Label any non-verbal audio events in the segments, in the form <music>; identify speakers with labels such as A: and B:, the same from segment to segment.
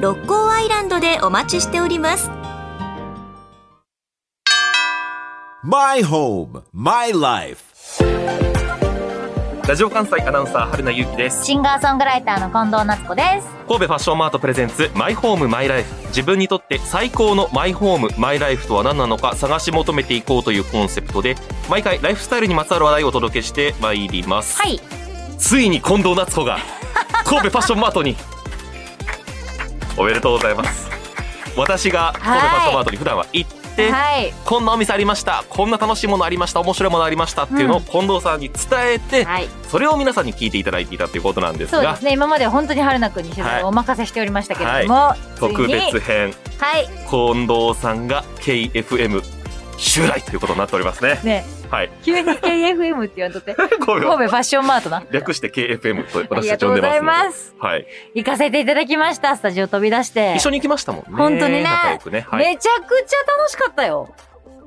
A: 六甲アイランドでお待ちしております
B: My home, my life.
C: ラジオ関西アナウンサー春名由紀です
D: シンガーソングライターの近藤夏子です。
C: 神戸ファッションマートプレゼンツマイホームマイライフ自分にとって最高のマイホームマイライフとは何なのか探し求めていこうというコンセプトで毎回ライフスタイルにまつわる話題をお届けしてまいります、
D: はい。
C: ついに近藤夏
D: <laughs>
C: 子が神戸ファッションマートにおめでとうございます私が神戸ファッションマートに普段は行って、
D: はい。
C: こんなお店ありましたこんな楽しいものありました面白いものありましたっていうのを
D: うん
C: 近藤さんに伝えて、
D: はい。
C: それを皆さんに聞いていただいていたということなんです
D: そうで
C: が
D: すね。今までは本当に春菜くんに取材をお任せしておりましたけれども、
C: 特
D: つい
C: 別
D: に
C: 編
D: はい。
C: 近藤さんが KFM 襲来ということになっておりますね
D: ね、
C: はい
D: 急に KFM って呼んどって、神
C: これ
D: 戸
C: <laughs> は
D: ファッションマートな。
C: 略して KFM と
D: あり
C: 私
D: が
C: たち
D: とう
C: 呼ん
D: ご
C: でます
D: ざいます。
C: はい、
D: 行かせていただきました。スタジオ飛び出して。
C: 一緒に行きましたもんね
D: 本当にね
C: 仲良くね、はい
D: めちゃくちゃ楽しかったよ。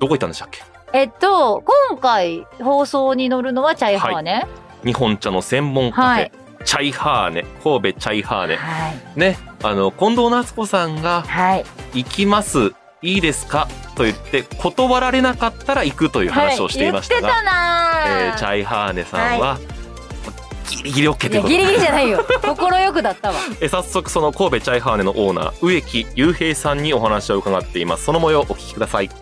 C: どこ行ったんでしたっけ
D: えっと、今回放送に乗るのはチャイハーね。
C: 日本茶の専門カフェ、
D: はい
C: チャイハーネ神戸チャイハーネ
D: はい。
C: ねあの近藤夏子さんが
D: はい。
C: 「行きますいいですか?」と言って断られなかったら行くという話をしていましたが、
D: はい言
C: え
D: って
C: ー
D: た
C: チ
D: な
C: ャイハーネさんは、ギリギリ OK ということ
D: いやギ
C: で
D: リギリじゃないよ。心よくだったわ。
C: え早速その神戸チャイハーネのオーナー植木雄平さんにお話を伺っていますその模様をお聞きください
D: <laughs>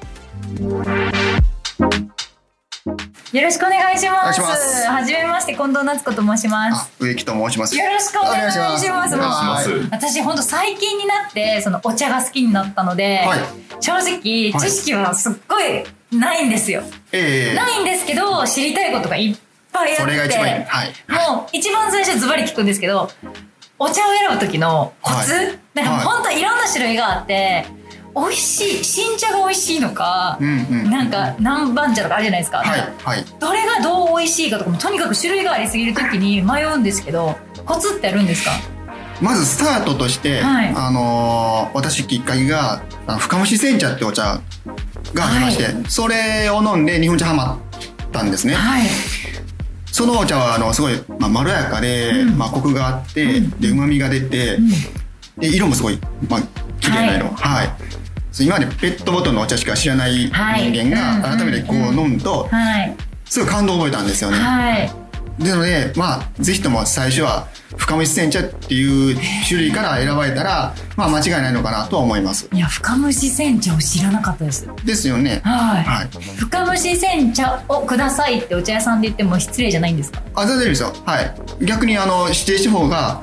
D: よろしくお願いします。
E: お願いします
D: はじめまして、近藤夏子と申します。
E: あ、植木と申します。
D: よろしくお願いします。
E: お願いします
D: もう私、本当最近になって、そのお茶が好きになったので、
E: はい。
D: 正直、
E: はい
D: 知識はすっごいないんですよ。
E: ええ
D: ないんですけど、知りたいことがいっぱいあって。
E: それが一番いい。はい。
D: もう、一番最初ズバリ聞くんですけど、お茶を選ぶ時のコツ、
E: は
D: なんか
E: はい
D: 本当いろんな種類があって、美味しい、新茶が美味しいのか、
E: うんうん。
D: なんか南蛮茶とかあるじゃないですか。
E: は
D: なん
E: い。は
D: か
E: い。
D: どれがどう美味しいかとかもとにかく種類がありすぎるときに迷うんですけどコツってあるんですか
E: まずスタートとして、
D: はい
E: あのー私きっかけが、あの深蒸し煎茶ってお茶がありまして、それを飲んで日本茶ハマったんですね。
D: はい
E: そのお茶は、あの、すごい、まあ、まろやかで、
D: うん
E: まあ、コクがあって、
D: うん
E: で、旨味が出て、で、色もすごい、まあ、綺麗な色。はい。そう今までペットボトルのお茶しか知らない人
D: はい
E: 間が、
D: うん
E: 改めてこう飲むと、
D: はい
E: すごい感動を覚えたんですよね。
D: はい
E: なので、まあ、ぜひとも最初は深蒸し煎茶っていう種類から選ばれたら、まあ、間違いないのかなとは思います。
D: いや深蒸し煎茶を知らなかったです
E: ですよね。
D: は
E: はい。
D: い深蒸し煎茶をくださいってお茶屋さんで言っても失礼じゃないんですか
E: あ、全然いいですよ。はい。逆に、あの、指定した方が、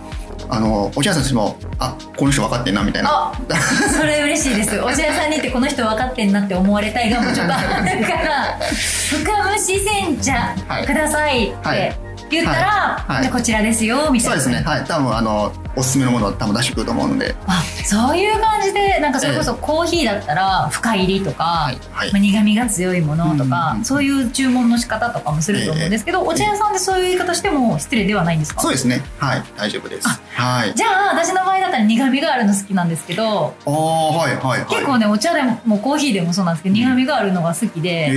E: あの、お茶屋さんたちも、あ、この人分かってんな、みたいな。
D: あそれ嬉しいですお茶屋さんに行ってこの人分かってんなって思われたいがもちょっとあるから深蒸し煎茶
E: はい
D: くださいっ
E: はい
D: て言ったら、
E: はいはい
D: じゃあこちらですよみたい
E: そう
D: な
E: ですね。はい。多分、あの、おすすめのものは多分出してくると思うので。
D: あそういう感じでなんかそれこそコーヒーだったら深入りとか、
E: はい
D: まあ、。苦みが強いものと
E: うん
D: か、
E: うんうん
D: そういう注文の仕方とかもすると思うんですけど、お茶屋さんでそういう言い方しても失礼ではないんですか
E: そうですね。はい。大丈夫です。はい。
D: じゃあ私の場合だったら苦みがあるの好きなんですけど
E: あー、はい、はい、はい。
D: 結構ねお茶でももうコーヒーでもそうなんですけど苦みがあるのが好き
E: え
D: で。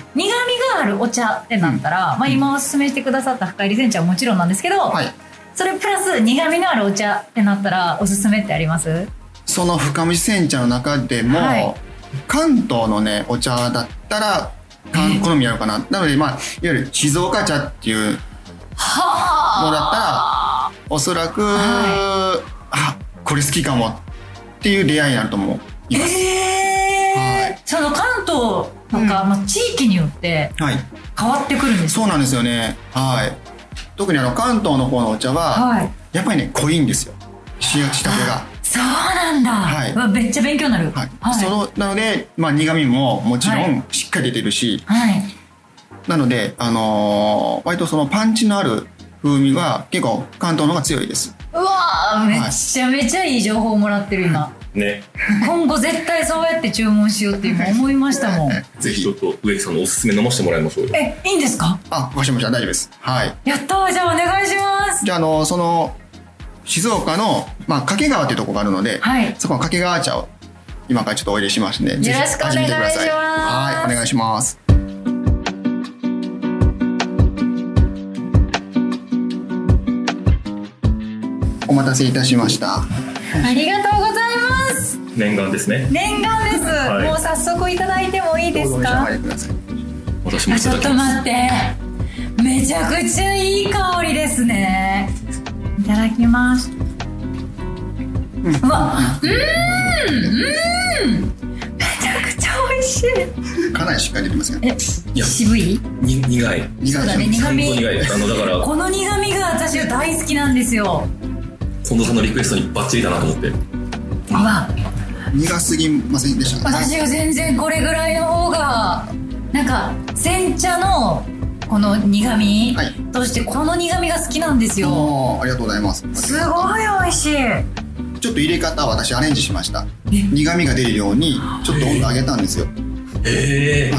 E: ー、
D: 苦みがあるお茶ってなったら、まあ、今おすすめしてくださった深入り煎茶はもちろんなんですけど、
E: はい。
D: それプラス苦みのあるお茶ってなったらおすすめってあります
E: その深蒸し煎茶の中でも、
D: はい
E: 関東のねお茶だったらかん好みあるかな、なのでまあいわゆる静岡茶っていうのだ
D: は
E: ったらおそらく、
D: は
E: あこれ好きかもっていう出会いになると思います、
D: えー
E: はい
D: その関東とか、まあ、地域によって
E: はい
D: 変わってくるんです
E: そうなんですよねはい特にあの関東の方のお茶は、
D: はい
E: やっぱりね濃いんですよ仕仕立てが、
D: そうなんだ、
E: はいう
D: わめっちゃ勉強になる
E: はい
D: はい
E: そのなので、まあ、苦味ももちろ
D: は
E: んしっかり出てるし、
D: はい
E: なので、あのー割とそのパンチのある風味は結構関東の方が強いです。
D: うわーめちゃめちゃいい情報をもらってる今、
C: ね、
E: <laughs>
D: 今後絶対そうやって注文しようって今思いましたもん
E: ぜ
C: ちょっ
E: ひ。
C: と植木さんのおすすめ飲ませてもらいましょうよ。
D: えいいんですか
E: あ、わかりました。大丈夫です。はい。
D: やったーじゃあお願いします
E: じゃあ、あの、その、静岡の、まあ、掛川っていうとこがあるので、
D: はい
E: そこの掛川茶を今からちょっとお入れしますんで、ぜひ
D: よろしくお願い
E: 味見てくださ
D: します
E: はい、お願いします。お待たせいたしました。
D: ありがとうございます
C: 念願ですね。
D: 念願です、
C: い
D: もう早速いただいてもいいで
E: どうぞお
D: す
E: 召し上
D: か
E: がりください。
C: 私も
D: あ
C: い
D: ち
C: た
D: ょ
C: だ
D: っ
C: き
D: と
C: ます。
D: 待ってめちゃくちゃいい香りですねいただきますうわうーんうんめちゃくちゃ美味しい
E: かなりしっかりできますよ。
D: え渋い
C: に苦い。
E: 苦
D: そうだね
E: 味
D: 苦
C: 本当に苦い
D: 味
C: です。あのだから
D: この苦味が私は大好きなんですよ
C: 近藤さんのリクエストにバッチリだなと思って。
D: うわ
E: 苦すぎませんでした。
D: 私は全然これぐらいの方がなんか煎茶のこの苦味
E: はい
D: としてこの苦味が好きなんですよ
E: おーありがとうございます。
D: すごい美味しい
E: ちょっと入れ方は私アレンジしました。苦味が出るようにちょっと温度上げたんですよ。
C: へえ。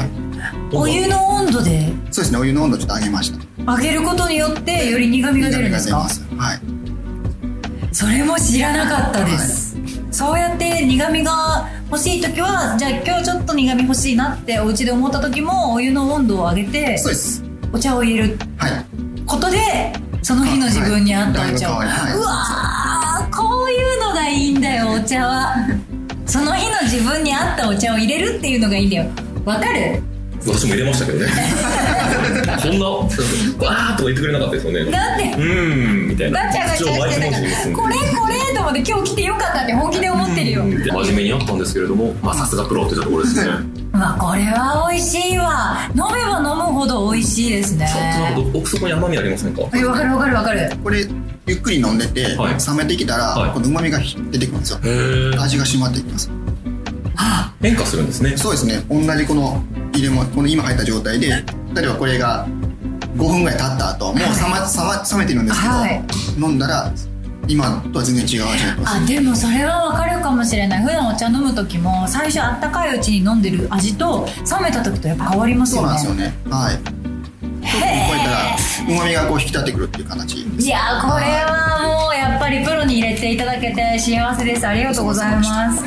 D: お湯の温度で
E: そうですね、お湯の温度ちょっと上げました。
D: 揚げることによってより苦味が出るんです
E: 苦
D: か
E: 味が出
D: それも知らなかったです、そうやって苦味が欲しい時はじゃあ今日ちょっと苦味欲しいなってお家で思った時もお湯の温度を上げて
E: ます。はい。そうです。
D: お茶を入れる
E: はい。
D: ことでその日の自分に合ったお茶を、
E: はいはいう
D: わーこういうのがいいんだよお茶はその日の自分に合ったお茶を入れるっていうのがいいんだよわかる
C: 私も入れましたけどね。こんな、わーとか言ってくれなかったですよね。
D: だって
C: うーん、みたいな。
D: ガチャガチャしてたからこれこれと思って今日来てよかったって本気で思ってるよ、
C: で真面目にあったんですけれども、まあさすがプロって言ったところで
D: <laughs>
C: すね。
D: うわこれは美味しいわ飲めば飲むほど美味しいですね
C: ちょっとなんかど奥底に甘みありませんか。
D: えわかるわかるわかる
E: これ、ゆっくり飲んでて、
C: はい
E: 冷めてきたら、
C: はい
E: この旨味が出てくるんですよ。
C: へえ。
E: 味が締まっていきます。
C: 変化するんですね。
E: そうですね、同じこの入れも、この今入った状態で、例えばこれが5分ぐらい経った後、もう冷ま、冷ま、冷めてるんですけど、
D: はい
E: 飲んだら、今とは全然違う味がします。
D: あでもそれはわかるかもしれない普段お茶飲む時も最初あったかいうちに飲んでる味と冷めた時とやっぱ変わります
E: そう
D: よ
E: なんで
D: ね
E: すよね。はい。ちょっと超えたら、旨味がこう引き立ってくるっていう形です。
D: いやーこれはもうやっぱりプロに入れていただけて幸せですありがとうございます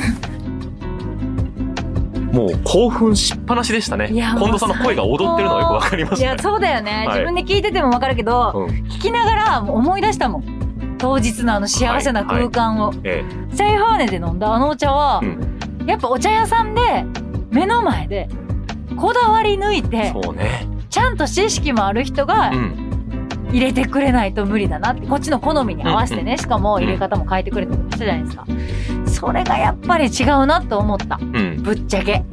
C: もう興奮しっぱなしでしたね。
F: いやもう
C: 近藤さんの声が踊ってるのがよくわかりまし
F: い
C: た
F: や
C: ね。
F: そうだよね、
C: はい
F: 自分で聞いてても分かるけど、
C: うん
F: 聞きながら思い出したもん当日のあの幸せな空間を、
C: え
F: チャイファーネで飲んだあのお茶は、
C: え、うん、
F: やっぱお茶屋さんで目の前でこだわり抜いて
C: そうね。
F: ちゃんと知識もある人が
C: うん、
F: 入れてくれないと無理だなってこっちの好みに合わせて
C: うん
F: ねしかも入れ方も変えてくれたりもしたじゃないですかそれがやっぱり違うなと思った
C: うん。
F: ぶっちゃけ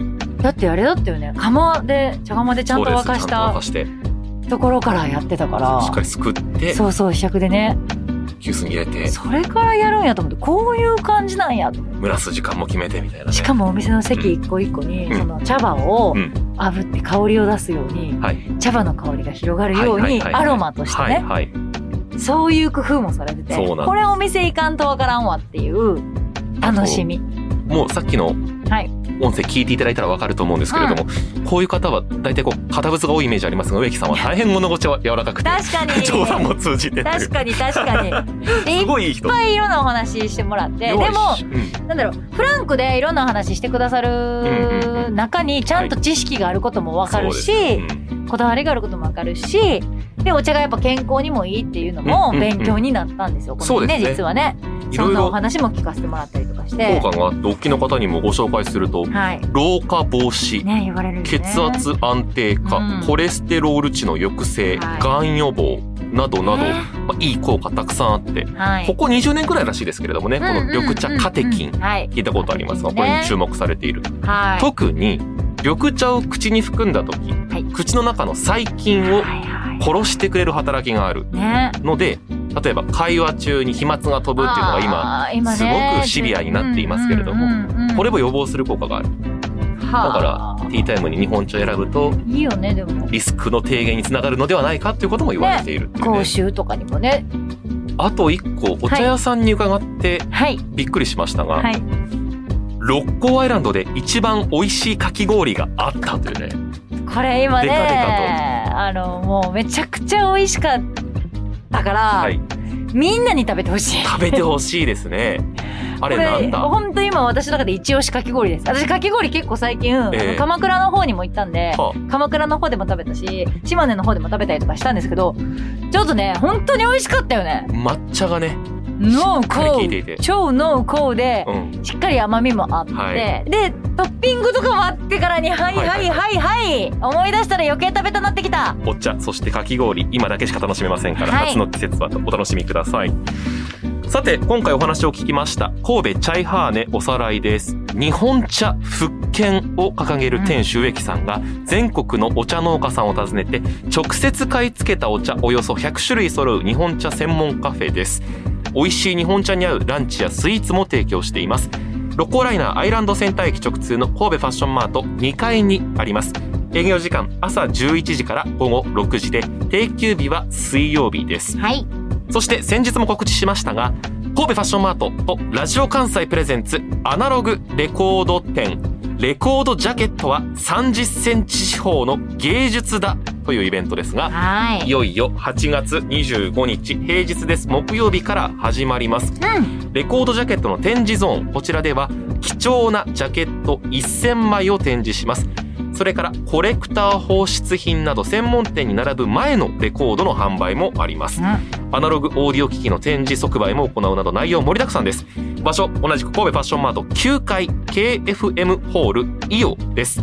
F: だってあれだったよね釜で茶釜でちゃんと沸かし
C: そう
F: た
C: ですちゃんと沸か
F: ところからやってたか
C: して、しっからりすくって、
F: そうそう試着でね
C: 急須に入れて、
F: それからやるんやと思ってこういう感じなんやと思って
C: 蒸らす時間も決めてみたいな、ね。
F: しかもお店の席一個一個
C: う
F: に
C: ん
F: その茶葉を
C: うん
F: 炙って香りを出すように
C: はい。
F: 茶葉の香りが広がる
C: はい
F: よう
C: はい
F: に
C: はい
F: アロマとしてね
C: はいはい。
F: そういう工夫もされてて
C: そうなんです
F: これお店行かんとわからんわっていう楽しみ
C: もうさっきの
F: はい
C: 音声聞いていただいたらわかると思うんですけれども、こういう方は大体こう堅物が多いイメージありますが植木さんは大変物腰は柔らかくて
F: 確か
C: <laughs>
F: に
C: 冗談も通じてという
F: 確かに確かに
C: <laughs>
F: でい
C: す
F: っ
C: ごいいい人
F: ぱいいろんなお話してもらってでも
C: よしうん
F: なんだろうフランクでいろんなお話してくださ
C: んうんう
F: る
C: ん
F: 中にちゃんと知識があることもわかるし、
C: そうですうん
F: こだわりがあることもわかるしでお茶がやっぱ健康にもいいっていうのも
C: うんうんうん
F: 勉強になったんですよ、こ
C: そう
F: の
C: で
F: ね
C: すね
F: 実はね
C: い
F: そ
C: ろ
F: ん
C: い
F: なお
C: ろ
F: 話も聞かせてもらったりとかして
C: 効果があっておっきな方にもご紹介すると
F: はい
C: 老化防止、
F: ね言われるよね
C: 血圧安定化、
F: うん
C: コレステロール値の抑制、
F: はい
C: がん予防などなど、
F: ね
C: まあ、いい効果たくさんあって、
F: はい
C: ここ20年くらいらしいですけれどもね、
F: うんうんうん
C: この緑茶カテキン、
F: はい
C: 聞いたことありますが、
F: カテ
C: こ
F: キンね
C: れに注目されている
F: はい
C: 特に緑茶を口に含んだ時、
F: い
C: 口の中の細菌を
F: はいはい
C: 殺してくれる働きがある
F: ね
C: ので例えば会話中に飛沫が飛ぶっていうのが今
F: あー今ね
C: すごくシビアになっていますけれども
F: うんうんうんうん
C: これも予防する効果があるだ
F: はあ
C: からティータイムに日本茶を選ぶと
F: いいよねでも
C: リスクの低減につながるのではないかということも言われているっていうね
F: 講習とかにもね
C: あと一個お茶屋さんに伺って
F: はい
C: びっくりしましたが、
F: はい
C: 六甲アイランドで一番美味しいかき氷があったというね。
F: これ今ね
C: デカデ
F: あのもうめちゃくちゃ美味しかったから、
C: はい。
F: みんなに食べてほしい。
C: 食べてほしいですね。あれなんだ
F: 本当今私の中で一押しかき氷です。私かき氷結構最近、あの
C: ええ
F: 鎌倉の方にも行ったんで、
C: は
F: 鎌倉の方でも食べたし、島根の方でも食べたりとかしたんですけど、ちょっとね、本当に美味しかったよね。
C: 抹茶がね、
F: 濃
C: かり効いてい
F: 厚
C: て。
F: 超濃厚で
C: う、ん。
F: しっかり甘みもあって、
C: はい
F: で、トッピングとかもあってからに、はい
C: はい
F: はいはいはい、思い出したら余計食べたなってきた。
C: お茶、そしてかき氷、今だけしか楽しめませんから、
F: はい
C: 夏の季節はお楽しみください。さて、今回お話を聞きました、神戸チャイハーネおさらいです。日本茶復権を掲げる店主植木さんが、全国のお茶農家さんを訪ねて、直接買い付けたお茶およそ100種類揃う日本茶専門カフェです。美味しい日本茶に合うランチやスイーツも提供しています。六甲ライナーアイランドセンター駅直通の神戸ファッションマート2階にあります。営業時間朝11時から午後6時で定休日は水曜日です
F: はい。
C: そして先日も告知しましたが神戸ファッションマートとラジオ関西プレゼンツアナログレコード展レコードジャケットは30センチ四方の芸術だというイベントですが
F: はいい。
C: よいよ8月25日平日です木曜日から始まります、レコードジャケットの展示ゾーンこちらでは貴重なジャケット1000枚を展示しますそれからコレクター放出品など専門店に並ぶ前のレコードの販売もありますアナログオーディオ機器の展示即売も行うなど内容盛りだくさんです場所同じく神戸ファッションマート9階 KFM ホールイオです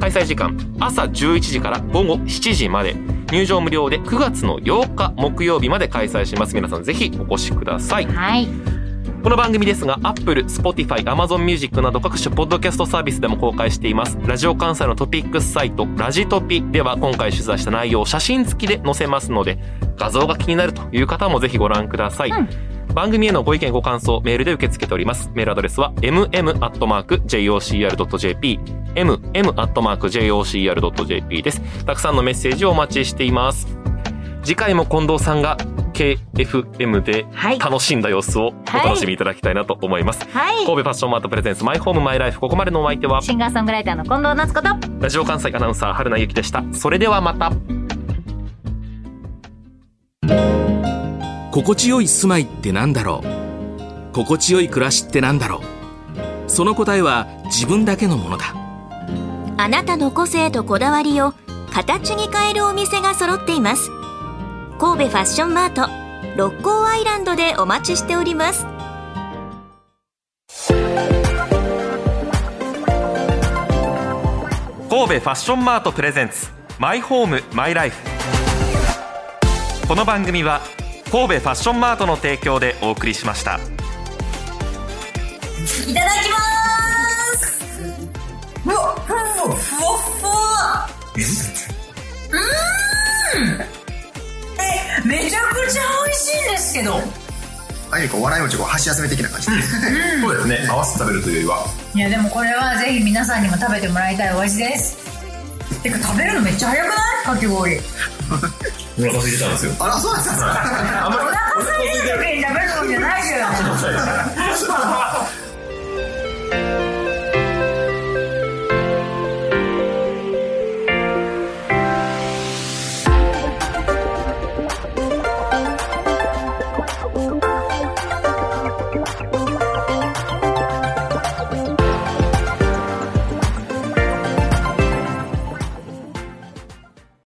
C: 開催時間朝11時から午後7時まで入場無料で9月の8日木曜日まで開催します皆さんぜひお越しください
F: はい。
C: この番組ですが Apple、Spotify、Amazon Music など各種ポッドキャストサービスでも公開していますラジオ関西のトピックスサイトラジトピでは今回取材した内容を写真付きで載せますので画像が気になるという方もぜひご覧ください、
F: うん
C: 番組へのご意見ご感想メールで受け付けておりますメールアドレスは mm.jocr.jp mm.jocr.jp ですたくさんのメッセージをお待ちしています次回も近藤さんが KFM で
F: はい
C: 楽しんだ様子をお楽しみいただきたいなと思います、
F: はい。
C: 神戸ファッションマートプレゼンツマイホームマイライフここまでのお相手は
F: シンガーソングライターの近藤夏子と、
C: ラジオ関西アナウンサー春名由紀でしたそれではまた
G: 心地よい住まいってなんだろう心地よい暮らしってなんだろうその答えは自分だけのものだ
A: あなたの個性とこだわりを形に変えるお店が揃っています神戸ファッションマート六甲アイランドでお待ちしております
C: 神戸ファッションマートプレゼンツマイホームマイライフこの番組は神戸ファッションマートの提供でお送りしました
D: いただきまーすうわふわふわふわうーんえめちゃくちゃ美味しいんですけど
E: あいうこう笑い餅をこう箸休め的な感じで
H: そうですね合わせて食べるというよりはい
D: やでもこれはぜひ皆さんにも食べてもらいたいお味ですてか食べるのめっちゃ早くないかき氷
H: お腹空いてたんですよ
E: あらそうなんですか
H: あんまり
D: お腹空いてる時に食べるもんじゃないけ
H: お
D: ど
H: 腹空いてた